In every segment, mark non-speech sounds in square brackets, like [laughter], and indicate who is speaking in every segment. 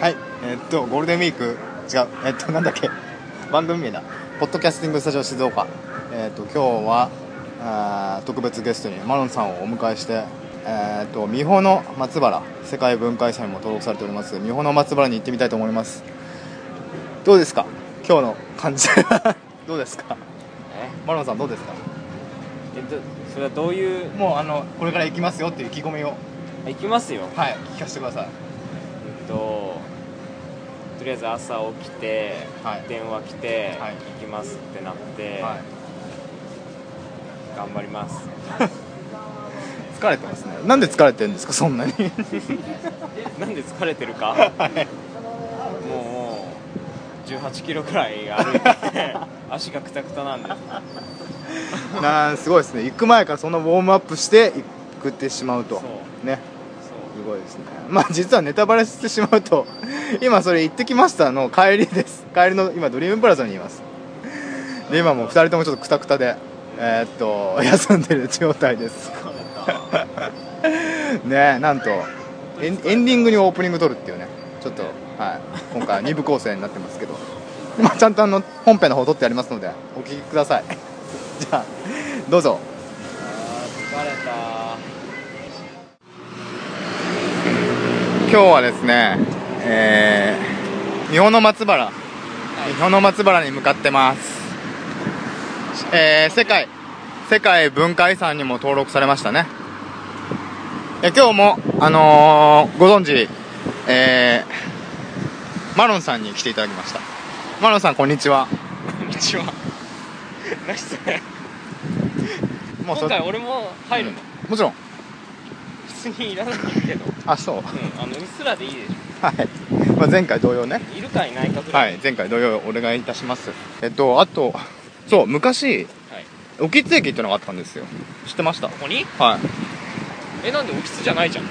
Speaker 1: はい、えっと、ゴールデンウィーク、違う、えっと、なんだっけ、番組名だ、ポッドキャスティングスタジオ静岡、えっと、今日はあー特別ゲストにマロンさんをお迎えして、えっと、美保の松原、世界文化遺産にも登録されております、美保の松原に行ってみたいと思います。どうですか、今日の感じ、 [laughs] どうですか、
Speaker 2: え
Speaker 1: マロンさん、どうですか、
Speaker 2: えどそれはどういう
Speaker 1: もうあのこれから行きますよっていう意気込みを、
Speaker 2: あ行きますよ
Speaker 1: はい、聞かせてください。
Speaker 2: えっととりあえず朝起きて、
Speaker 1: はい
Speaker 2: 電話来て、
Speaker 1: はい
Speaker 2: 行きますってなって、
Speaker 1: はい
Speaker 2: 頑張ります
Speaker 1: 疲れてますね。なんで疲れてるんですか、そんなに。
Speaker 2: なんで疲れてる [laughs] か
Speaker 1: はい
Speaker 2: もう1 8キロくらい歩い [laughs] て足がくたくたなんです
Speaker 1: なあすごいですね行く前からそんなウォームアップして行ってしまうと
Speaker 2: そう
Speaker 1: ね
Speaker 2: そう
Speaker 1: すごいですね [laughs] まあ実はネタバレしてしまうと [laughs] 今それ行ってきましたの帰りです帰りの今ドリームプラザにいますで今もう2人ともちょっとクタクタでえーっと休んでる状態です [laughs]
Speaker 2: 疲れた
Speaker 1: ねえなんとエンエンディングにオープニング撮るっていうねちょっと、はい、今回2部構成になってますけど、まあ、ちゃんとあの本編の方撮ってありますのでお聞きください [laughs] じゃあどうぞ
Speaker 2: あー疲れた
Speaker 1: 今日はですね、えー、日本の松原、日本の松原に向かってます、えー、世界世界文化遺産にも登録されましたねえ今日も、あのーご存知、えー、マロンさんに来ていただきましたマロンさんこんにちは
Speaker 2: こんにちは何それ
Speaker 1: も
Speaker 2: [laughs] 今回俺も入るの、
Speaker 1: うんもちろん
Speaker 2: 別にいらないけど、
Speaker 1: あそう [laughs]
Speaker 2: うん、あのうっすらでいいでし
Speaker 1: はい、まあ、前回同様ね
Speaker 2: ょいるかいないかぐら、
Speaker 1: はいい前回同様お願いいたしますえっとあとそう昔
Speaker 2: はい、
Speaker 1: 興津駅ってのがあったんですよ知ってました
Speaker 2: ここに
Speaker 1: はい
Speaker 2: えなんで興津じゃないじゃん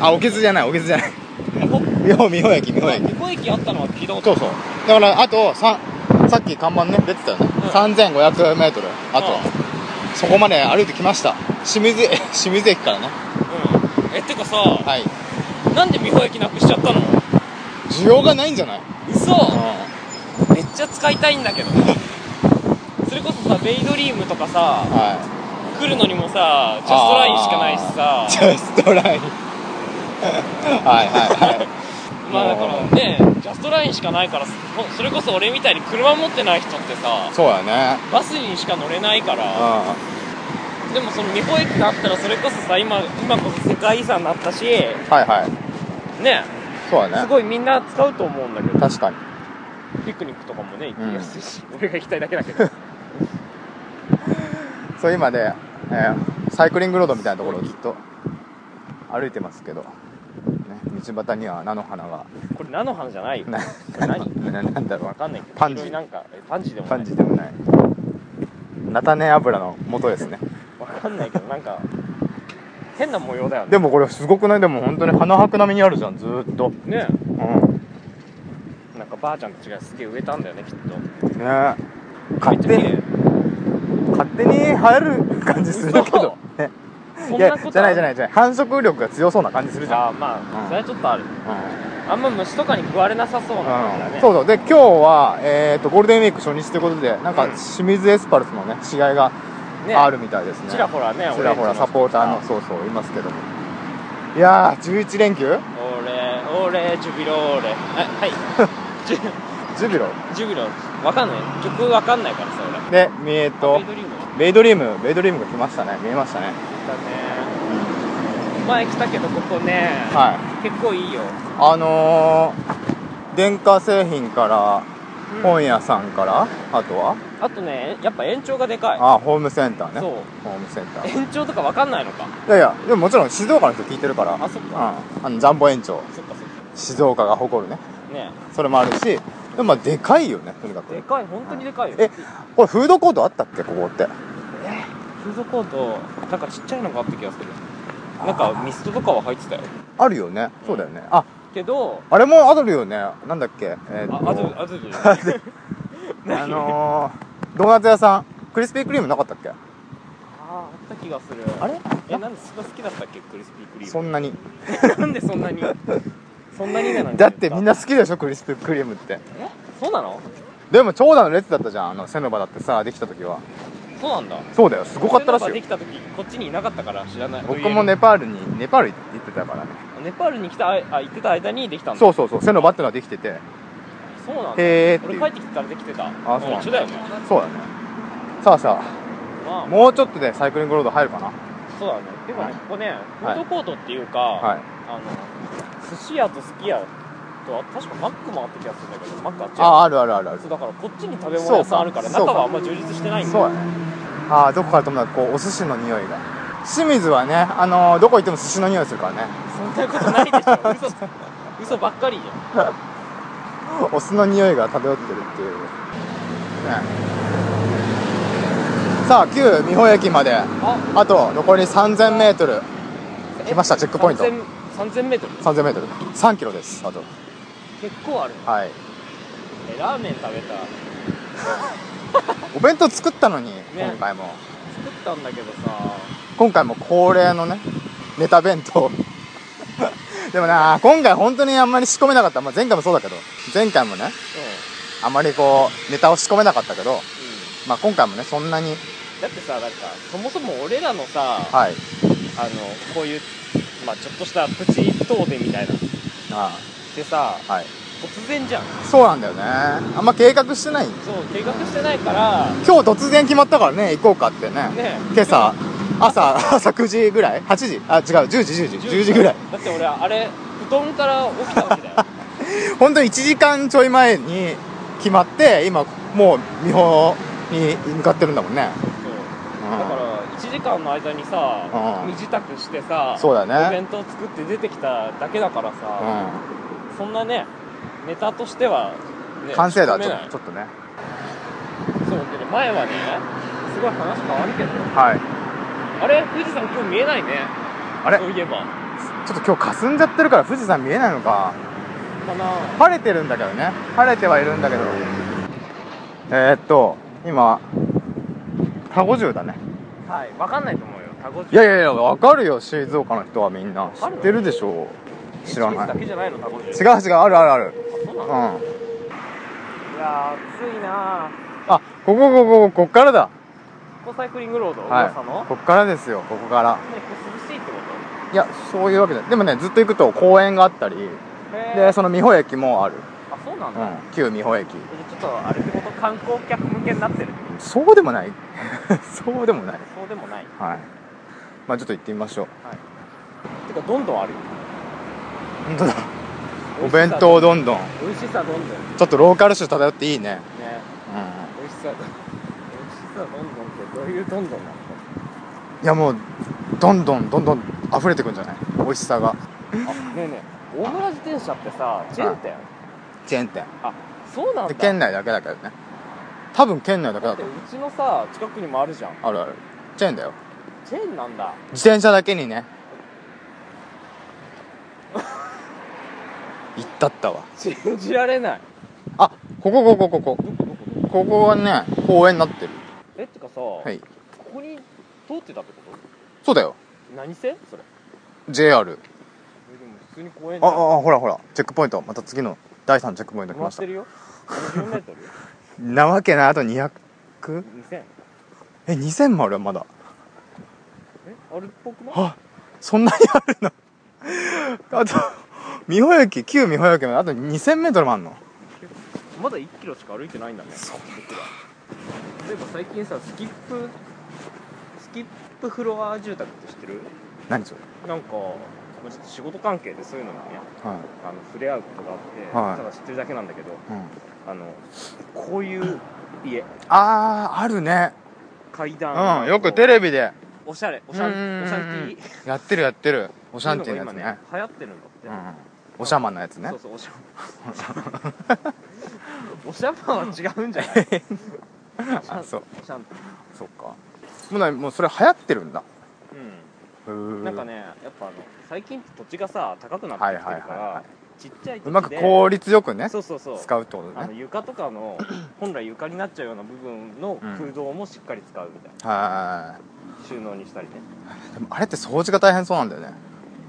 Speaker 1: あ興津じゃない興津じゃない [laughs]
Speaker 2: こ
Speaker 1: 美穂美穂駅美
Speaker 2: こ
Speaker 1: 穂駅
Speaker 2: こ駅あったのは聞いたこと
Speaker 1: そ
Speaker 2: あ
Speaker 1: う
Speaker 2: る
Speaker 1: そうだからあとささっき看板ね出てたよね、
Speaker 2: ん
Speaker 1: 3500m あと
Speaker 2: う
Speaker 1: そこまで歩いてきました清水 [laughs] 清水駅からね
Speaker 2: うんえってかさ、
Speaker 1: はい
Speaker 2: なんで美穂駅なくしちゃったの
Speaker 1: 需要がないんじゃない
Speaker 2: 嘘
Speaker 1: う
Speaker 2: めっちゃ使いたいんだけどそれこそさベイドリームとかさ
Speaker 1: んは
Speaker 2: 来るのにもさジャストラインしかない
Speaker 1: い
Speaker 2: し
Speaker 1: ジ
Speaker 2: さ
Speaker 1: ャストライン [laughs] はいはいはい
Speaker 2: まあだからねジャストラインしかないからほそれこそ俺みたいに車持ってない人ってさ
Speaker 1: そうやね
Speaker 2: バスにしか乗れないか
Speaker 1: う
Speaker 2: ら
Speaker 1: ん
Speaker 2: でもその美穂駅があったらそれこそさ今今こそ世界遺産になったし
Speaker 1: はいはい
Speaker 2: ね
Speaker 1: そうや
Speaker 2: す
Speaker 1: ね
Speaker 2: ごいみんな使うと思うんだけど
Speaker 1: 確かに
Speaker 2: ピクニックとかもね行きやすいし、俺が行きたいだけ
Speaker 1: [laughs]
Speaker 2: だけど
Speaker 1: そう今ね、えーサイクリングロードみたいなところをずっと歩いてますけど、ね、道端には菜の花が
Speaker 2: これ菜の花じゃないよ
Speaker 1: な
Speaker 2: これ何
Speaker 1: ななんだろ
Speaker 2: わ
Speaker 1: う
Speaker 2: かんないけど
Speaker 1: パンジー
Speaker 2: 黄色いなんかえパンジーでもな
Speaker 1: パ
Speaker 2: い
Speaker 1: ンジーでもない菜種油の元ですね
Speaker 2: わかんないけどなんか変な模様だよね
Speaker 1: でもこれすごくないでも本当に花博並みにあるじゃんずーっと
Speaker 2: ね
Speaker 1: うん
Speaker 2: なんかばあちゃんたちがすげえ植えたんだよねきっと
Speaker 1: ね勝手
Speaker 2: めっちゃ
Speaker 1: に勝手に生える感じするけ
Speaker 2: [laughs]
Speaker 1: ど、ね、
Speaker 2: 見えるそん
Speaker 1: いや
Speaker 2: なこ
Speaker 1: じゃ
Speaker 2: とある
Speaker 1: ないじゃないじゃない繁殖力が強そうな感じするじゃん
Speaker 2: あーま
Speaker 1: うん
Speaker 2: あそれはちょっとあるあんま虫とかに食われなさそうな感じだね
Speaker 1: そうそうで今日は、えー、とゴールデンウィーク初日ということでなんか
Speaker 2: うん
Speaker 1: 清水エスパルスのね試合が
Speaker 2: ね
Speaker 1: あるみたいですね
Speaker 2: ちらほらね
Speaker 1: ちらほらサポーターのそうそういますけどもいやー11連休
Speaker 2: 俺俺ジュビローレあはい
Speaker 1: [laughs]
Speaker 2: ジュ
Speaker 1: ジュビロ
Speaker 2: ジュビロわかんない曲わかんないからさ俺
Speaker 1: でみえっと
Speaker 2: ベイドリームだっ
Speaker 1: ベイドリームベイドリームが来ましたね見えましたね
Speaker 2: たね前来たけどここね、
Speaker 1: はい
Speaker 2: 結構いいよ
Speaker 1: あのー、電化製品から
Speaker 2: うん
Speaker 1: 本屋さんから、あとは
Speaker 2: あとねやっぱ延長がでかい
Speaker 1: あホームセンターね
Speaker 2: そう
Speaker 1: ホームセンターい
Speaker 2: 延長とかわかんないのか
Speaker 1: やいやでももちろん静岡の人聞いてるから
Speaker 2: あそっか
Speaker 1: うん、あのジャンボ延長
Speaker 2: そっかそっ
Speaker 1: 静岡が誇るね
Speaker 2: かね
Speaker 1: それもあるしでもまあでかいよねとにかく
Speaker 2: でかい本当にでかいよ
Speaker 1: えこれフードコートあったっけここって
Speaker 2: 風俗コートなんかちっちゃいのがあった気がするなんかミストとかは入ってたよ
Speaker 1: あるよねそうだよねあ
Speaker 2: けど
Speaker 1: あれもあるよねなんだっけえーっ
Speaker 2: あ
Speaker 1: と [laughs]
Speaker 2: [laughs] あずあずじゃない
Speaker 1: あのー、ドーナツ屋さんクリスピークリームなかったっけ
Speaker 2: ああった気がする
Speaker 1: あれ
Speaker 2: えなんでそんな好きだったっけクリスピークリー
Speaker 1: そんなに
Speaker 2: ムなんでそんなにそんなになのに
Speaker 1: だってみんな
Speaker 2: え
Speaker 1: 好きでしょクリスピークリームって
Speaker 2: そうなの
Speaker 1: でも長蛇の列だったじゃんあのセノバだってさできた時は
Speaker 2: そうなんだ
Speaker 1: そうだよすごかったらし
Speaker 2: セナバ
Speaker 1: い
Speaker 2: で
Speaker 1: よ
Speaker 2: きた時こっちにいなかったから知らない
Speaker 1: 僕もネパールにネパール行ってたからね
Speaker 2: ネパールに来たああ行ってた間にできたんだ
Speaker 1: そうそうそうセノバってのはできてて
Speaker 2: そうなんだ
Speaker 1: へえってい
Speaker 2: 俺
Speaker 1: う
Speaker 2: 帰ってきてからできてた
Speaker 1: あそうなんだ
Speaker 2: 一緒だよね
Speaker 1: そうだねさあさ
Speaker 2: ま
Speaker 1: あ
Speaker 2: あ
Speaker 1: もうちょっとでサイクリングロード入るかな
Speaker 2: そうだねでもねここねフ
Speaker 1: はい
Speaker 2: ードコートっていうか、
Speaker 1: はい
Speaker 2: あの寿司屋とすき家とあ確かマックもあった気がするんだけどマックあっちや
Speaker 1: あああるあるあるある
Speaker 2: そうだからこっちに食べ物屋さんあるから
Speaker 1: そうか
Speaker 2: 中はあんま充実してないんだ
Speaker 1: そうやねああどこからともなくこうお寿司の匂いが清水はねあのーどこ行っても寿司の匂いするからね
Speaker 2: そんなことないでしょ
Speaker 1: [laughs]
Speaker 2: 嘘嘘ばっかりじゃ
Speaker 1: お酢の匂いが漂ってるっていう、ね、さあ旧美保駅まで
Speaker 2: んあ
Speaker 1: あと残り 3000m
Speaker 2: え
Speaker 1: 来ましたチェックポイント
Speaker 2: 3000, 3000メートル
Speaker 1: 3000m3 キロですあと
Speaker 2: 結構あるね
Speaker 1: はい
Speaker 2: えラーメン食べた
Speaker 1: お弁当作ったのに、今回も
Speaker 2: 作ったんだけどさ
Speaker 1: 今回も恒例のねネタ弁当 [laughs] でもな今回本当にあんまり仕込めなかった、まあ、前回もそうだけど前回もね
Speaker 2: う
Speaker 1: あまりこうネタを仕込めなかったけど、
Speaker 2: ん、うん、
Speaker 1: まあ、今回もねそんなに
Speaker 2: だってさなんかそもそも俺らのさ
Speaker 1: はい
Speaker 2: あのこういうまあちょっとしたプチ遠出みたいな
Speaker 1: あ
Speaker 2: でさ
Speaker 1: あはい
Speaker 2: 突然じゃん
Speaker 1: そうなんだよねあんま計画してない
Speaker 2: そう計画してないから
Speaker 1: 今日突然決まったからね行こうかってね
Speaker 2: ね
Speaker 1: 今朝朝朝9時ぐらい8時あ違う10時10時10時ぐらい
Speaker 2: だって俺あれ布団から起きたわけだよ
Speaker 1: 本当に1時間ちょい前に決まって今もう美穂に向かってるんだもんね、
Speaker 2: そう
Speaker 1: うん
Speaker 2: だから1時間の間にさ
Speaker 1: うん
Speaker 2: 身支度してさ
Speaker 1: そうだね
Speaker 2: お弁当作って出てきただけだからさ、
Speaker 1: う
Speaker 2: そんなねネタとしては、ね
Speaker 1: ん、完成度はち
Speaker 2: 仕
Speaker 1: ょ
Speaker 2: 込めない
Speaker 1: ちょっとね
Speaker 2: そうでね前はねすごい話変わるけど
Speaker 1: はい
Speaker 2: あれ富士山今日見えないね
Speaker 1: あれち
Speaker 2: そ
Speaker 1: ょ
Speaker 2: ういえば
Speaker 1: っと今日霞んじゃってるから富士山見えないのか
Speaker 2: かな
Speaker 1: 晴れてるんだけどね晴れてはいるんだけどえー、っと今タゴ重だね
Speaker 2: はい分かんないと思うよタゴ
Speaker 1: いやいやいやわかるよ静岡の人はみんな知
Speaker 2: か
Speaker 1: っ
Speaker 2: る
Speaker 1: てるでしょう知らない
Speaker 2: だけじゃないのタゴ
Speaker 1: 違う違うあるあるある
Speaker 2: そう
Speaker 1: う
Speaker 2: なの、
Speaker 1: ん
Speaker 2: いやー暑いなー
Speaker 1: あこここここここっからだ
Speaker 2: ここサイクリングロード、
Speaker 1: はい
Speaker 2: 噂の
Speaker 1: こっからですよここから
Speaker 2: ねここ涼しいってこ
Speaker 1: いやそういうわけじゃないでもねずっと行くと公園があったり
Speaker 2: とへー
Speaker 1: でその美保駅もある、
Speaker 2: あそうなん
Speaker 1: う
Speaker 2: だ、
Speaker 1: ん、旧美保駅
Speaker 2: えちょっとあれってこと観光客向けになってる
Speaker 1: そうでもない [laughs] そうでもない
Speaker 2: そうでもない
Speaker 1: はいまあちょっと行ってみましょう
Speaker 2: てかどんどんあるよ
Speaker 1: 本当だお弁当どんどん
Speaker 2: 美味しさどんどんね
Speaker 1: ちょっとローカル種漂っていいね、う
Speaker 2: 美味しさ美味しさどんどんってどういうどんどんなの
Speaker 1: ん、いやもうどんどんどんどん溢れてくんじゃない美味しさが
Speaker 2: あねえねえ大村自転車ってさチェーン店
Speaker 1: チェーン店
Speaker 2: あそうなんだ
Speaker 1: で県内だけだけどね多分県内だけ
Speaker 2: だ
Speaker 1: だ
Speaker 2: って
Speaker 1: と
Speaker 2: う
Speaker 1: 思う
Speaker 2: ちのさ近くにもあるじゃん
Speaker 1: あるあるチェーンだよ
Speaker 2: チェーンなんだ
Speaker 1: 自転車だけに [laughs] ね行ったったわ
Speaker 2: 信じられない
Speaker 1: あここここここ
Speaker 2: どこどこどこ
Speaker 1: ここはね公園になってる
Speaker 2: えってかさ、
Speaker 1: はい
Speaker 2: ここに通ってたってこ
Speaker 1: そうだよ
Speaker 2: と何線それ
Speaker 1: JR
Speaker 2: えでも普通に公園
Speaker 1: あ
Speaker 2: じ
Speaker 1: あ
Speaker 2: ゃん
Speaker 1: あほらほらチェックポイントまた次の第3チェックポイント来
Speaker 2: 埋ま
Speaker 1: ま
Speaker 2: っ
Speaker 1: した
Speaker 2: てるよ20メートル
Speaker 1: なわけないあと 200?
Speaker 2: 2000
Speaker 1: え2000もあるまだ
Speaker 2: えあれっぽくない
Speaker 1: あそんなにあるの [laughs] あと美保駅旧美保駅まであと 2000m もあんの
Speaker 2: まだ1キロしか歩いてないんだね
Speaker 1: そう
Speaker 2: 僕ら例えば最近さスキップスキップフロア住宅って知ってる
Speaker 1: 何それ
Speaker 2: なんか、まあちょっと仕事関係でそういうのにね
Speaker 1: はい、
Speaker 2: あの触れ合うことがあって、
Speaker 1: はい
Speaker 2: ただ知ってるだけなんだけど
Speaker 1: うん、
Speaker 2: あのこういう家
Speaker 1: あーあるね
Speaker 2: 階段
Speaker 1: うんよくテレビで
Speaker 2: おしゃれおしゃ
Speaker 1: うんうんうん
Speaker 2: おしゃんティ
Speaker 1: やってるやってるお
Speaker 2: お
Speaker 1: シャンティーのやつね
Speaker 2: 流行ってるんだって、
Speaker 1: うんおしゃまんのやつね
Speaker 2: そうそうおしゃおしゃパンは違うんじゃない
Speaker 1: [laughs] あそう
Speaker 2: おしゃんテ
Speaker 1: そっかもうなもうそれ流行ってるんだ
Speaker 2: ィー
Speaker 1: う
Speaker 2: うんんなんかねやっぱあの最近って土地がさ高くなって
Speaker 1: はい
Speaker 2: きて
Speaker 1: はい
Speaker 2: るから、
Speaker 1: は
Speaker 2: ちっちゃい時で
Speaker 1: うまく効率よくね
Speaker 2: そうそうそう
Speaker 1: 使うってこと
Speaker 2: あの
Speaker 1: ね
Speaker 2: 床と
Speaker 1: [clears throat]
Speaker 2: かの本来床になっちゃうような部分の
Speaker 1: うん
Speaker 2: 空洞もしっかり使うみたい
Speaker 1: は
Speaker 2: な収納にしたりね
Speaker 1: いでもあれって掃除が大変そうなんだよね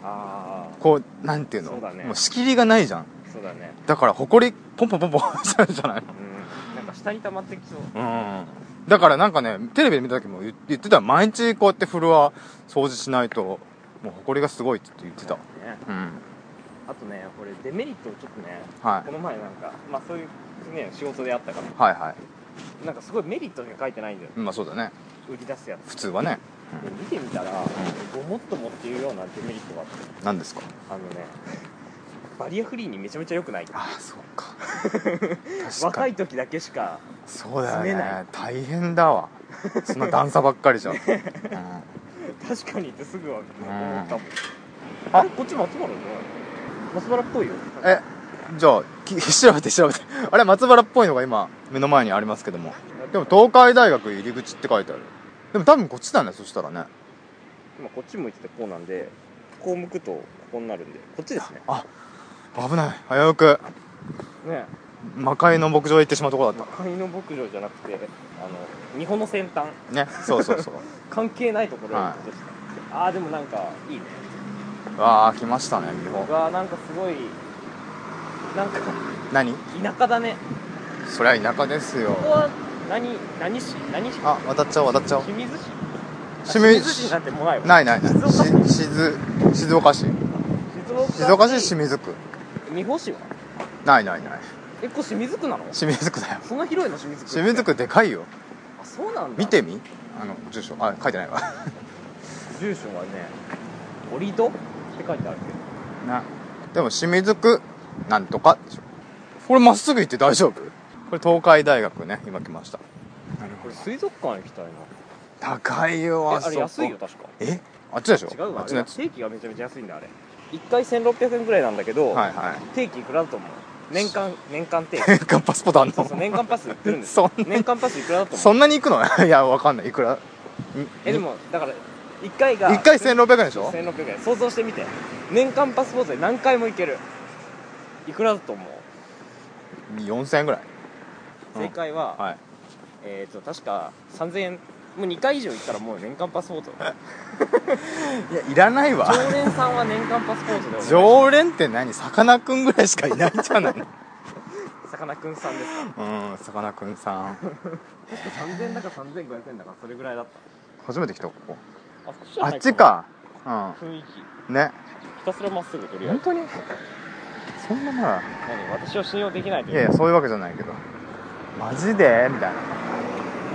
Speaker 2: あ
Speaker 1: こうなんていうの
Speaker 2: そうだね
Speaker 1: もう仕切りがないじゃん
Speaker 2: あそうだね
Speaker 1: だからほこりポンポンポンポンしちゃうじゃない
Speaker 2: うんなんか下に溜まってきそう
Speaker 1: うんだからなんかねテレビで見た時も言言ってた毎日こうやってフロア掃除しないともうほこりがすごいって言ってた
Speaker 2: ね
Speaker 1: うん
Speaker 2: あとね俺デメリットをちょっとね
Speaker 1: はい
Speaker 2: この前なんかまあそういうね仕事であったから
Speaker 1: はいは
Speaker 2: なんかすごいメリットしか書いてないんだよ
Speaker 1: いまあそうだね
Speaker 2: 売り出すやつ
Speaker 1: 普通はね
Speaker 2: で見てみたらごもっともっていうようなデメリットがあって
Speaker 1: 何ですか
Speaker 2: あのねバリアフリーにめちゃめちゃ良くない
Speaker 1: ああそうか確
Speaker 2: 若
Speaker 1: か
Speaker 2: い
Speaker 1: に
Speaker 2: 時だけしか
Speaker 1: そうだよ
Speaker 2: 住めな
Speaker 1: ね大変だわそんな段差ばっかりじゃん、うん
Speaker 2: 確かにってすぐは思ったもん
Speaker 1: あ
Speaker 2: あれこっち松原じゃない松原っぽいよ
Speaker 1: えじゃあき調べて調べて [laughs] あれ松原っぽいのが今目の前にありますけどもでも東海大学入り口って書いてあるでも多分こっちだねそしたらね
Speaker 2: 今こっち向いててこうなんでこう向くとここになるんでこっちですね
Speaker 1: あ危ない危うく
Speaker 2: ね
Speaker 1: 魔界の牧場へ行ってしまうとこだっ
Speaker 2: 会の牧場じゃなくてあの日本の先端
Speaker 1: たねそうそうそう [laughs]
Speaker 2: 関係ないところでした、ああでもなんかいいね
Speaker 1: わあ来ましたね日本
Speaker 2: 僕はなんかすごいなんか
Speaker 1: 何
Speaker 2: 田舎だね
Speaker 1: そりゃ田舎ですよ
Speaker 2: ここは何何市何市
Speaker 1: あ渡っちゃおう渡っちゃおう
Speaker 2: 清水市
Speaker 1: 清
Speaker 2: あ
Speaker 1: 水
Speaker 2: 清市なんてもうないわ
Speaker 1: ないないない
Speaker 2: 静岡市
Speaker 1: し静静岡市
Speaker 2: 静岡市
Speaker 1: 静岡市清水区
Speaker 2: 三保市は
Speaker 1: ないないない
Speaker 2: えこれ清水区なの
Speaker 1: 清水区だよ
Speaker 2: そんな広いの清水区
Speaker 1: 清水区でかいよ
Speaker 2: あそうなんだ
Speaker 1: 見てみあの住所あ書いてないわ
Speaker 2: 住所はね折戸って書いてあるけど
Speaker 1: なでも清水区なんとかでしょこれまっすぐ行って大丈夫これ東海大学ね今来ましたなる
Speaker 2: これ水族館行きたいな
Speaker 1: 高いよ
Speaker 2: え
Speaker 1: あそ
Speaker 2: あ
Speaker 1: こ
Speaker 2: れ安いよ確か
Speaker 1: えあっちでしょ
Speaker 2: 違うわ
Speaker 1: あっ
Speaker 2: あ
Speaker 1: ちの
Speaker 2: れは
Speaker 1: やつ
Speaker 2: 定期がめちゃめちゃ安いんだあれ1回1600円ぐらいなんだけど、
Speaker 1: はいはい
Speaker 2: 定期いくらだと思う年間年間
Speaker 1: [laughs]
Speaker 2: 定期
Speaker 1: 年間パスポートあんの
Speaker 2: そうそう年間パス売ってるんです
Speaker 1: そんな
Speaker 2: 年間パスいくらだと思う
Speaker 1: そんなに行くの [laughs] いやわかんないいくら
Speaker 2: えでもだから1回が
Speaker 1: 1回1600円でしょ
Speaker 2: 1600円想像してみて年間パスポートで何回も行けるいくらだと思う
Speaker 1: 4000円ぐらいうん
Speaker 2: 正解は、
Speaker 1: はい
Speaker 2: えっ、と確か3000円もう2回以上行ったらもう年間パスポート
Speaker 1: いやいらないわ
Speaker 2: 常連さんは年間パスポートでお願いしま
Speaker 1: 常連って何さかなクンぐらいしかいないんじゃ [laughs] ないう
Speaker 2: すさかなクンさんですか
Speaker 1: んさかなクンさん
Speaker 2: 3000円だか3500円だかそれぐらいだった
Speaker 1: 初めて来たここ
Speaker 2: あそっちじゃ
Speaker 1: あ
Speaker 2: ない
Speaker 1: っちかう
Speaker 2: 雰囲気
Speaker 1: んね
Speaker 2: ひたすらまっすぐとりあえ
Speaker 1: 本
Speaker 2: ず
Speaker 1: 当にそんなまだ
Speaker 2: 何私を信用できないと
Speaker 1: い
Speaker 2: いう
Speaker 1: やいやそういうわけじゃないけどマジでみたい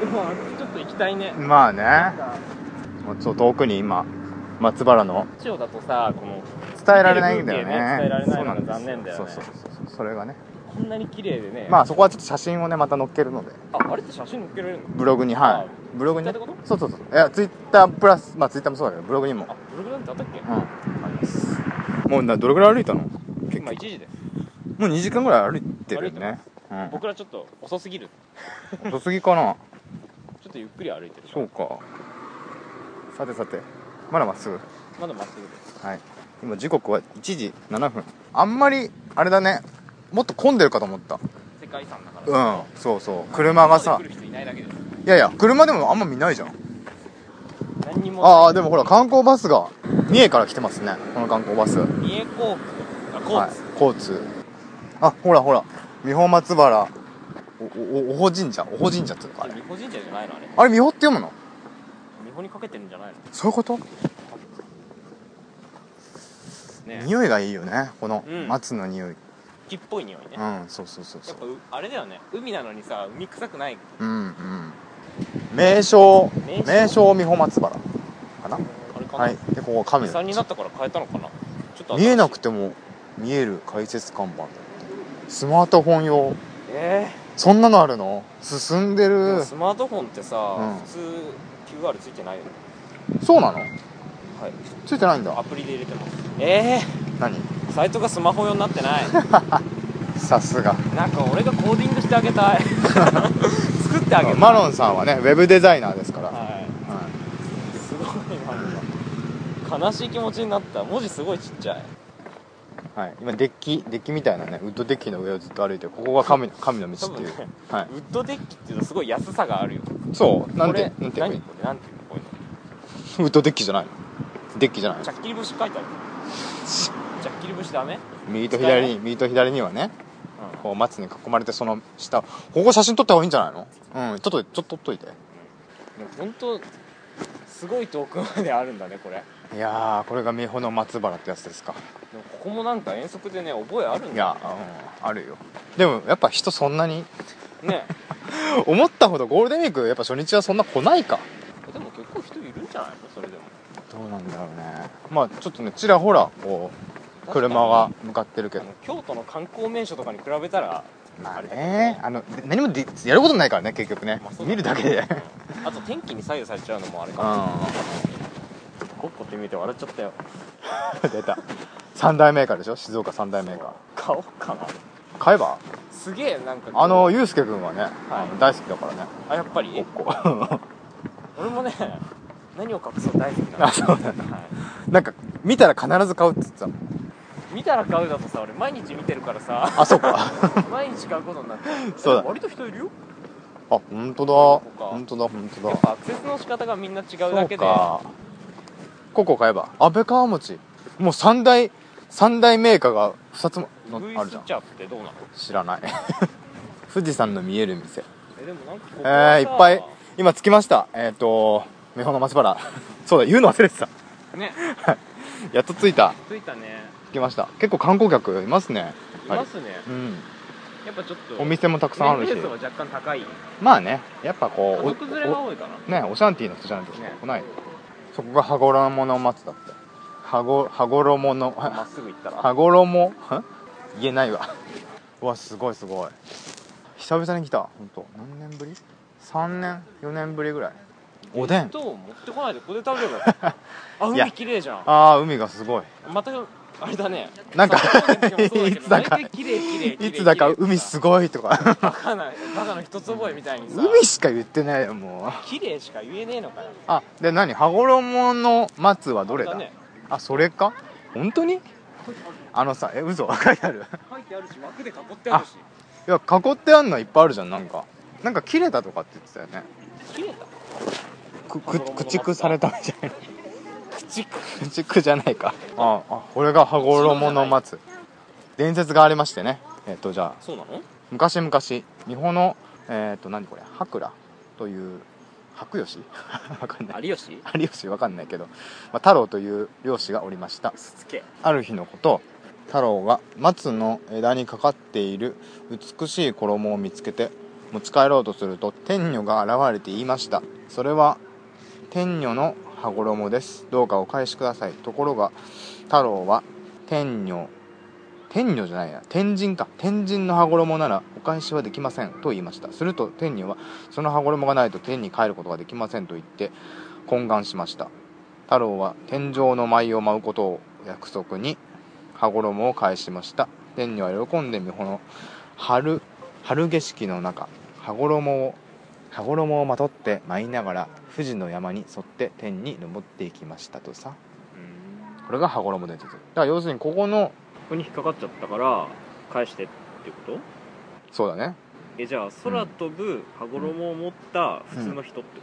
Speaker 2: でもちょっと行きたいね
Speaker 1: なまあ
Speaker 2: なん
Speaker 1: ね
Speaker 2: か
Speaker 1: もうちょっと遠くに今松原の
Speaker 2: 千代だとさこの
Speaker 1: 伝えられないんだよね
Speaker 2: 見てる風景ね伝えられない
Speaker 1: そう
Speaker 2: のが
Speaker 1: んです
Speaker 2: 残念だよね
Speaker 1: そうそうそうそうそれがね
Speaker 2: こんなに綺麗でね
Speaker 1: まあそこはちょっと写真をねまた載っけるので
Speaker 2: ああれって写真載っけられるの
Speaker 1: ブログに
Speaker 2: あ
Speaker 1: はいブログにね
Speaker 2: ツイッターって
Speaker 1: そうそうそういやツイッタープラスまあツイッターもそうだけどブログにも
Speaker 2: あブログなんてあったっけ
Speaker 1: うん
Speaker 2: あります
Speaker 1: もうなどれぐらい歩いたのも
Speaker 2: 今1時です
Speaker 1: う2時間ぐらい歩いてるよね
Speaker 2: 僕らちょっと遅すぎる
Speaker 1: うん遅すぎかな
Speaker 2: ちょっとゆっくり歩いてる
Speaker 1: そうかさてさてまだまっすぐ
Speaker 2: まだまっすぐです
Speaker 1: はい今時刻は1時7分あんまりあれだねもっと混んでるかと思った
Speaker 2: 世界遺産だから
Speaker 1: うんそうそう車がさ
Speaker 2: 来る人いないだけです
Speaker 1: いやいや車でもあんま見ないじゃん
Speaker 2: 何にも
Speaker 1: ああでもほら観光バスが三重から来てますねこの観光バス
Speaker 2: 三重航空あコーツ、
Speaker 1: はい、交通あほらほら三保松原おおお保神社お保神社っていうのかあ
Speaker 2: あれ
Speaker 1: れ
Speaker 2: 日本神社じゃないのあれ
Speaker 1: あれ三保って読むの
Speaker 2: 日本にかけてるんじゃないの
Speaker 1: そういうこと
Speaker 2: ね
Speaker 1: 匂いがいいよねこの
Speaker 2: うん
Speaker 1: 松の匂い
Speaker 2: 木っぽい匂いね
Speaker 1: う
Speaker 2: やっ
Speaker 1: ん、そうそうそうそう
Speaker 2: ぱうあれだよね海なのにさ海臭くない
Speaker 1: うんうん名称
Speaker 2: 名所
Speaker 1: 名称三保松原かな
Speaker 2: あれかな、
Speaker 1: はいでここは神
Speaker 2: 遺産に
Speaker 1: の
Speaker 2: なったから変えたのかなちょっと
Speaker 1: 見えなく
Speaker 2: て
Speaker 1: ても見える解説看板だってスマートフォン用
Speaker 2: ええ
Speaker 1: そんなのあるの進んで
Speaker 2: でも
Speaker 1: る
Speaker 2: スマートフォンってさ、
Speaker 1: うん
Speaker 2: 普通 QR ついてないよね
Speaker 1: そうなの
Speaker 2: はい
Speaker 1: ついてないん
Speaker 2: ア
Speaker 1: だ
Speaker 2: プリで入れてますええ
Speaker 1: 何
Speaker 2: サイトがスマホ用になって
Speaker 1: [laughs]
Speaker 2: ない
Speaker 1: さすが
Speaker 2: なんか俺がコーディングしてあげた
Speaker 1: [laughs]
Speaker 2: い作ってあげたい、
Speaker 1: マロンさんはねウェブデザイナーですから、
Speaker 2: は
Speaker 1: はい
Speaker 2: いすごいなんか悲しい気持ちになった文字すごいちっちゃい
Speaker 1: はい、今デッキデッキみたいなねウッドデッキの上をずっと歩いてここが神の神の道
Speaker 2: 多
Speaker 1: って
Speaker 2: 分
Speaker 1: い
Speaker 2: ね
Speaker 1: う、はい
Speaker 2: ウ、ッドデッキっていうとすごい安さがあるよ
Speaker 1: そうなんで
Speaker 2: これ
Speaker 1: なんていう
Speaker 2: 何
Speaker 1: の
Speaker 2: これなんていうのこうい
Speaker 1: ウ
Speaker 2: う
Speaker 1: ッドデッキじゃないのデッキじゃないの
Speaker 2: のチャッキリ節書
Speaker 1: [laughs]
Speaker 2: いてあるチャッキリ節ダメ
Speaker 1: 右と左に右と左にはね
Speaker 2: うん
Speaker 1: こう松に囲まれてその下ここ写真撮った方がいいんじゃないのうんちょっとちょっと撮っといて
Speaker 2: でも本当すごい遠くまであるんだねこれ
Speaker 1: いやーこれが美穂の松原ってやつですか
Speaker 2: でもここもなんか遠足でね覚えある
Speaker 1: い
Speaker 2: んだ
Speaker 1: や、うん、あるよでもやっぱ人そんなに [laughs]
Speaker 2: ね
Speaker 1: 思ったほどゴールデンウィークやっぱ初日はそんな来ないか
Speaker 2: えでも結構人いるんじゃないのそれでも
Speaker 1: どうなんだろうねまあちょっとねちらほらこう車が向かってるけ
Speaker 2: あ
Speaker 1: ど
Speaker 2: の京都の観光名所とかに比べたら
Speaker 1: まあねあので何もでやることないからね結局ね
Speaker 2: まあそう
Speaker 1: 見るだけで
Speaker 2: あと天気に左右されちゃうのもあれ
Speaker 1: う
Speaker 2: かも
Speaker 1: ん
Speaker 2: ごっこって見て笑っちゃったよ
Speaker 1: 出た三大メーカーでしょ静岡三大メーカー
Speaker 2: 買おうかな
Speaker 1: 買えば
Speaker 2: すげえなんか
Speaker 1: あのユうスケ君はね、
Speaker 2: い
Speaker 1: 大好きだからね
Speaker 2: あやっぱり
Speaker 1: ここ
Speaker 2: 俺もね何を隠そう大好きなの
Speaker 1: あそうなんだ
Speaker 2: は
Speaker 1: なんか見たら必ず買うっつってたもん
Speaker 2: い見たら買うだとさ俺毎日見てるからさ
Speaker 1: [laughs] あそうか
Speaker 2: 毎日買うことになって
Speaker 1: そうだ
Speaker 2: でも割と人いるよ
Speaker 1: あ本当だ
Speaker 2: ここか
Speaker 1: 本当だ本当
Speaker 2: や
Speaker 1: だ
Speaker 2: っぱアクセスの仕方がみんな違う
Speaker 1: そ
Speaker 2: だ
Speaker 1: う
Speaker 2: けで
Speaker 1: かここ買えば安倍川餅もう三大三大メーカーが2つも
Speaker 2: ウグイ
Speaker 1: あるじ
Speaker 2: ス
Speaker 1: ゃん
Speaker 2: 茶ってどうなの
Speaker 1: 知らない [laughs] 富士山の見える店
Speaker 2: えでもなんかここ
Speaker 1: え
Speaker 2: はさ
Speaker 1: ー、いっぱい今着きましたえっ、と美穂の松原 [laughs] そうだ言うの忘れてた
Speaker 2: ね
Speaker 1: やっと着いた
Speaker 2: 着いたね
Speaker 1: 着きました結構観光客いますね
Speaker 2: いますね、
Speaker 1: うん
Speaker 2: やっぱちょっと
Speaker 1: お店もたくさんあるし
Speaker 2: 年齢層は若干高い家
Speaker 1: まあねやっぱこうお
Speaker 2: 族連れが多いかな
Speaker 1: おねオシャンティーの人じゃないと
Speaker 2: ね
Speaker 1: 来ない、そこが羽衣の松だって羽ご羽衣の
Speaker 2: ま
Speaker 1: は
Speaker 2: っすぐ行ったら
Speaker 1: 羽衣ん言えないわ [laughs] うわすごいすごい久々に来た本当何年ぶり3年4年ぶりぐらいおでん
Speaker 2: 弁当を持ってこないでここで食べ
Speaker 1: [laughs]
Speaker 2: ればよあ
Speaker 1: いや
Speaker 2: 海綺麗じゃん
Speaker 1: ああ海がすごい
Speaker 2: またあれだね
Speaker 1: なんか
Speaker 2: 札幌の時もそうだけ
Speaker 1: い
Speaker 2: ど
Speaker 1: つだか
Speaker 2: 毎回綺麗綺麗綺麗
Speaker 1: いつだか
Speaker 2: 綺麗ってさ
Speaker 1: 海すごいとか [laughs]
Speaker 2: バカなバカの一つ覚えみたいにさ
Speaker 1: 海しか言ってないよもう
Speaker 2: 綺麗しか言えねえのかよ
Speaker 1: あで何羽衣の松はどれだ
Speaker 2: だね
Speaker 1: あそれか本当にあのさえ嘘書いてある
Speaker 2: 書いてあるし枠で囲って
Speaker 1: あるしいや囲ってあんのいっぱいあるじゃんなんかなんか切れたとかって言ってたよね
Speaker 2: 綺麗だ
Speaker 1: くく駆逐されたみたいな
Speaker 2: 口か
Speaker 1: 駆逐じゃないかああこれが羽衣の松伝説がありましてねえっ、とじゃあ
Speaker 2: そうなの
Speaker 1: 昔々日本のえっ、と何これ白羅という白吉 [laughs] わかんない
Speaker 2: 有吉
Speaker 1: [laughs] 有吉わかんないけど、まあ、太郎という漁師がおりました
Speaker 2: つつけ
Speaker 1: ある日のこと太郎が松の枝にかかっている美しい衣を見つけて持ち帰ろうとすると天女が現れて言いましたそれは天女の羽衣ですどうかお返しくださいところが太郎は天女天女じゃないや天神か天神の羽衣ならお返しはできませんと言いましたすると天女はその羽衣がないと天に帰ることができませんと言って懇願しました太郎は天井の舞を舞うことを約束に羽衣を返しました天女は喜んで美穂の春春景色の中羽衣を羽衣をまとって舞いながら富士の山に沿って天に登っていきましたとさこれが羽衣伝説だから要するにここの
Speaker 2: ここに引っかかっちゃったから返してってこと
Speaker 1: そうだね
Speaker 2: えじゃあ空飛ぶ羽衣を持った普通の人って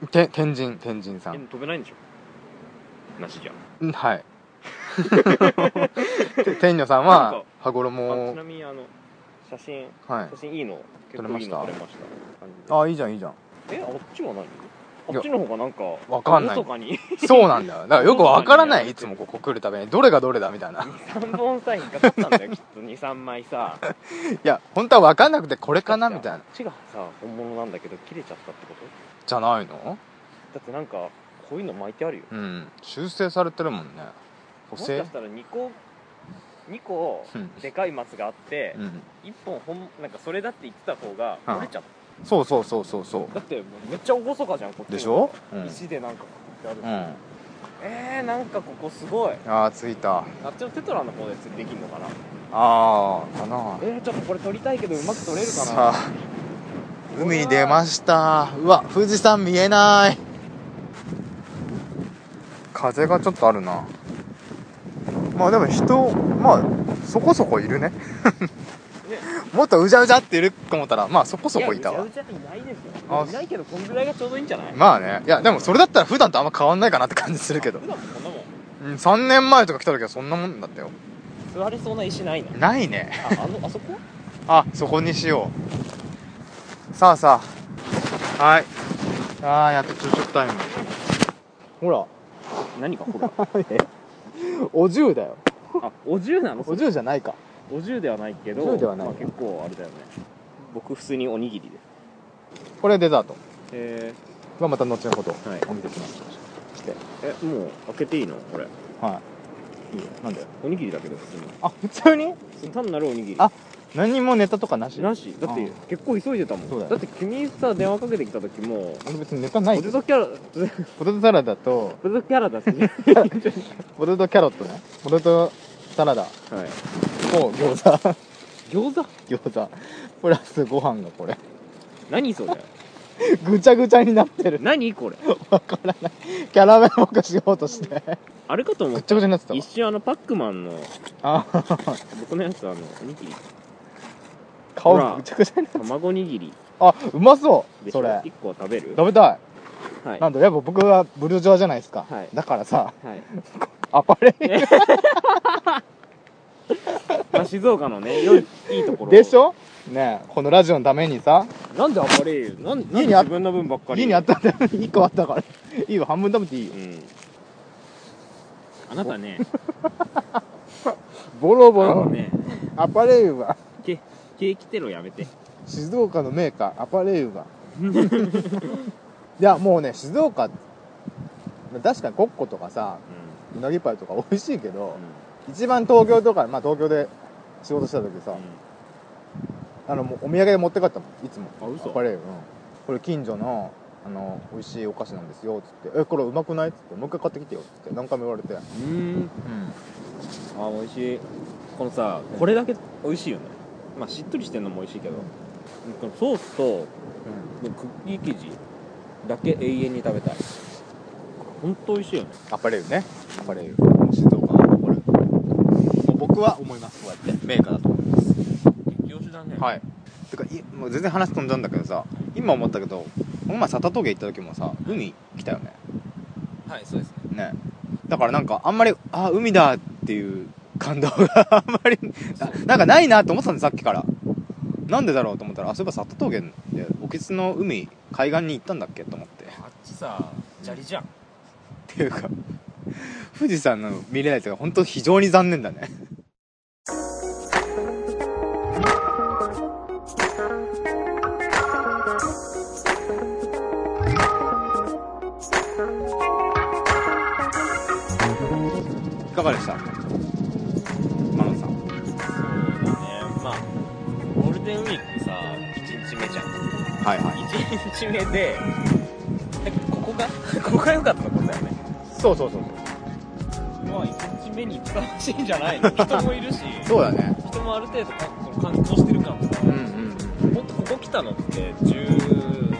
Speaker 2: こ
Speaker 1: て天神天神さ
Speaker 2: と、え
Speaker 1: ん
Speaker 2: 飛べないんでしょなしじゃん
Speaker 1: うんはい [laughs] て天女さん
Speaker 2: なん
Speaker 1: は
Speaker 2: か
Speaker 1: 羽
Speaker 2: あ
Speaker 1: 衣
Speaker 2: ち
Speaker 1: を
Speaker 2: なみにあの写真
Speaker 1: はい
Speaker 2: 写真いいの
Speaker 1: 撮
Speaker 2: 結
Speaker 1: れ
Speaker 2: 構
Speaker 1: ま
Speaker 2: いい
Speaker 1: した
Speaker 2: の撮れました感じで
Speaker 1: あいいじゃんいいじゃん
Speaker 2: えあっちは何あっちの方がなんか
Speaker 1: わかんない
Speaker 2: おろそかに [laughs]
Speaker 1: そうなんだよだからよくわからないいつもここ来るたびにどれがどれだみたいない
Speaker 2: 3本さ引っかかったん
Speaker 1: [laughs]
Speaker 2: だよきっと23枚さ
Speaker 1: や本当はわかんなくてこれかなみたいな
Speaker 2: こっちがさ本物なんだけど切れちゃったってこと
Speaker 1: じゃないの
Speaker 2: だってなんかこういうの巻いてあるよ
Speaker 1: うん修正されてるもんね補
Speaker 2: もし
Speaker 1: 正
Speaker 2: かしたら2個2個
Speaker 1: うん
Speaker 2: でかい松があって、
Speaker 1: うん
Speaker 2: 一本ほんなんかそれだって言ってた方が
Speaker 1: うん
Speaker 2: 折れちゃっ
Speaker 1: そうそうそうそうそ
Speaker 2: ただってもうめっちゃ厳かじゃんこっち
Speaker 1: うでしょうん、
Speaker 2: 石でなんかやる、
Speaker 1: うん、
Speaker 2: えー、なんかここすごい
Speaker 1: ああついたあ
Speaker 2: あっちのテトラの方で釣りできんのかな
Speaker 1: あーかな
Speaker 2: えー、ちょっとこれ取りたいけどうまく取れるか
Speaker 1: さ
Speaker 2: な
Speaker 1: あ海に出ましたうわ富士山見えない風がちょっとあるなまあでも人まあそこそこいるね [laughs] もっとうじゃうじゃっていると思ったらまあそこそこいたわ
Speaker 2: うちゃうちゃいないですよ
Speaker 1: あ
Speaker 2: いないけどこんぐらいがちょうどいいんじゃない
Speaker 1: まあねいやでもそれだったら普段とあんま変わんないかなって感じするけど
Speaker 2: 普段もこんなもん
Speaker 1: うん3年前とか来た時はそんなもんだったよ
Speaker 2: 座れそうな石ないな
Speaker 1: ないね
Speaker 2: ああのあそこ
Speaker 1: あそこにしようさあさあはいああやっと昼食タイムほら
Speaker 2: [laughs] 何かほら
Speaker 1: お重だよ
Speaker 2: あお重なの
Speaker 1: 重じゃないか
Speaker 2: お重ではないけど
Speaker 1: お重ではない
Speaker 2: まあ、結構あれだよね僕普通におにぎりです
Speaker 1: これデザート
Speaker 2: え
Speaker 1: はまた後のこと
Speaker 2: はい
Speaker 1: お見せしますして
Speaker 2: ー、えもう開けていいのこれ
Speaker 1: はいいいよなんで
Speaker 2: おにぎりだけど普通に
Speaker 1: あ普通に
Speaker 2: その単なるおにぎり
Speaker 1: あ何もネタとかなし
Speaker 2: なしだって結構急いでたもん
Speaker 1: そうだよ
Speaker 2: って君さ電話かけてきた時も
Speaker 1: 俺別にネタない
Speaker 2: ポ
Speaker 1: け
Speaker 2: テ
Speaker 1: ど
Speaker 2: トキャラ [laughs]
Speaker 1: ポテトサラダと
Speaker 2: ポテトキャラだし
Speaker 1: [laughs] ポテトキャロットねポテトサラダ
Speaker 2: はい
Speaker 1: と餃子 [laughs]
Speaker 2: 餃子
Speaker 1: 餃子プラスご飯がこれ
Speaker 2: 何それ
Speaker 1: ぐちゃぐちゃになってる
Speaker 2: 何これ
Speaker 1: わからないキャラメルをしようとして
Speaker 2: あれかと思
Speaker 1: ぐ
Speaker 2: っ
Speaker 1: っちゃぐちゃになってた
Speaker 2: た
Speaker 1: わ
Speaker 2: 一瞬あのパックマンの [laughs]
Speaker 1: あ
Speaker 2: 僕のやつあのおにぎり
Speaker 1: 顔
Speaker 2: ほ
Speaker 1: が
Speaker 2: ら
Speaker 1: ぐちゃぐちゃになって
Speaker 2: 卵おにぎり
Speaker 1: あうまそう
Speaker 2: でし
Speaker 1: そ
Speaker 2: ょ
Speaker 1: れ
Speaker 2: 1個食べる
Speaker 1: 食べた
Speaker 2: はい
Speaker 1: いなんだやっぱ僕はブルジョワじゃないですか、
Speaker 2: はい
Speaker 1: だから
Speaker 2: [laughs]
Speaker 1: さ
Speaker 2: はい
Speaker 1: アパレル
Speaker 2: まあ、静岡のね良いいいところ
Speaker 1: でしょねえこのラジオのためにさ
Speaker 2: なんであんまりなんなんで
Speaker 1: 家にあ
Speaker 2: 自分の分ばっかり
Speaker 1: 家にあったんだよ1個あった
Speaker 2: [laughs]
Speaker 1: からいいよ半分食べていいよ
Speaker 2: うんあなたね
Speaker 1: ボロボ
Speaker 2: あの
Speaker 1: ロ
Speaker 2: ね
Speaker 1: アパレルは
Speaker 2: ケケーキテロやめて
Speaker 1: 静岡のメーカーアパレ
Speaker 2: [laughs]
Speaker 1: ルがいやもうね静岡確かにコッコとかさ
Speaker 2: う
Speaker 1: うなぎパイとか美味しいけど
Speaker 2: ん、
Speaker 1: 一番東京とか、まあ、東京で仕事した時さ、
Speaker 2: う
Speaker 1: あのもうお土産で持って帰ったもんいつも
Speaker 2: あ嘘
Speaker 1: アパレル、うん、これ近所のあの美味しいお菓子なんですよっつって「えこれうまくない?」っつって「もう一回買ってきてよ」っつって何回も言われて、うん、
Speaker 2: んうんあ美味しいこのさこれだけ美味しいよねまあしっとりしてんのも美味しいけどこのソースとクッキー生地だけ永遠に食べたい本当美味しいよね
Speaker 1: アパレルねアパレル静岡はこれ僕は思いますこうやってメーカーだと思います
Speaker 2: 激推しだね
Speaker 1: はいてかいもう全然話飛んじゃうんだけどさ今思ったけどこの前佐田峠行った時もさ海来たよね
Speaker 2: い、はい、そうです
Speaker 1: ねだからなんかあんまりあ海だっていう感動があんまりななんかないなと思ってたんですさっきからなんでだろうと思ったらあそういえば佐田峠で沖津の海海岸に行ったんだっけと思ってっ
Speaker 2: あっちさ砂利じゃん
Speaker 1: ていうか富士山の見れないっていうか本当非常に残念だねいかがでしたマノンさん
Speaker 2: そうだねまあゴールデンウィークさ1日目じゃん
Speaker 1: はいはい
Speaker 2: 1日目でなんかここが [laughs] ここが良かったところだよね
Speaker 1: そうそうそう
Speaker 2: まあ1日目にふさわしいんじゃないの人もいるし
Speaker 1: そうだね
Speaker 2: 人もある程度かその観光してる感もさ、
Speaker 1: うんうん
Speaker 2: ほんとここ来たのって10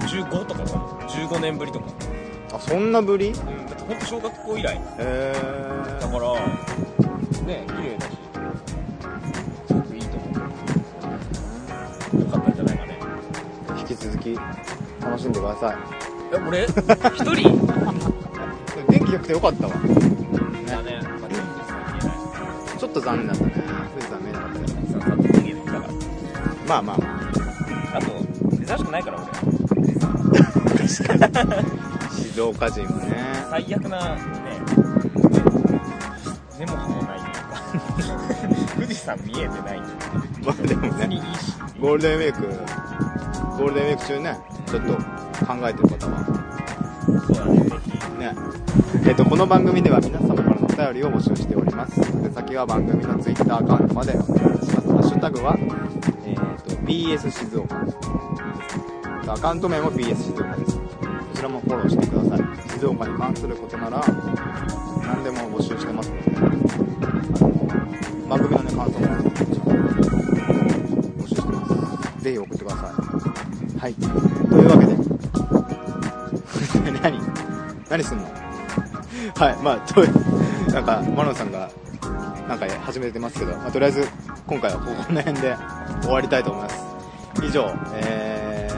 Speaker 2: 15とかさ15年ぶりとか、
Speaker 1: あそんなぶりへ
Speaker 2: うん、だってほんと小学校以来
Speaker 1: え
Speaker 2: だからね綺麗だしすごくいいと思うよかったんじゃないかね
Speaker 1: 引き続き楽しんでください
Speaker 2: え俺一人
Speaker 1: 天気良くてよかったわ
Speaker 2: だね、まあ、ち
Speaker 1: ちょ
Speaker 2: ょっとさ
Speaker 1: っと残念だったね富士山見えなかったけど
Speaker 2: ささっと逃げてきたか
Speaker 1: まあまあまあ
Speaker 2: らあと珍しくないから俺
Speaker 1: 静岡人はね
Speaker 2: 最悪なね根も葉もないっていうか [laughs] 富士山見えてない
Speaker 1: まあでも
Speaker 2: 別にい
Speaker 1: ね
Speaker 2: いし
Speaker 1: ゴールデンウィークゴールデンウィーク中ねちょっと考えてる方は
Speaker 2: そうだねぜひ
Speaker 1: ねえっとこの番組では皆様からのお便りを募集しておりますで先は番組のツイッターアカウントまでお願いしますハッシュタグは、えっと BS 静岡いいですねアカウント名も BS 静岡ですこちらもフォローしてください静岡に関することなら何でも募集してますのであの番組のね感想も募集してますぜひ送ってくださいはいというわけ [laughs] [laughs] で何何すんのはいまあというなんかマロンさんがなんか始めてますけど、まあ、とりあえず今回はここの辺で終わりたいと思います以上、え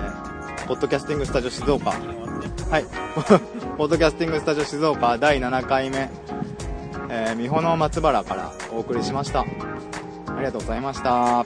Speaker 1: ー、ポッドキャスティングスタジオ静岡はい [laughs] ポッドキャスティングスタジオ静岡第7回目、えー、美穂の松原からお送りしましたありがとうございました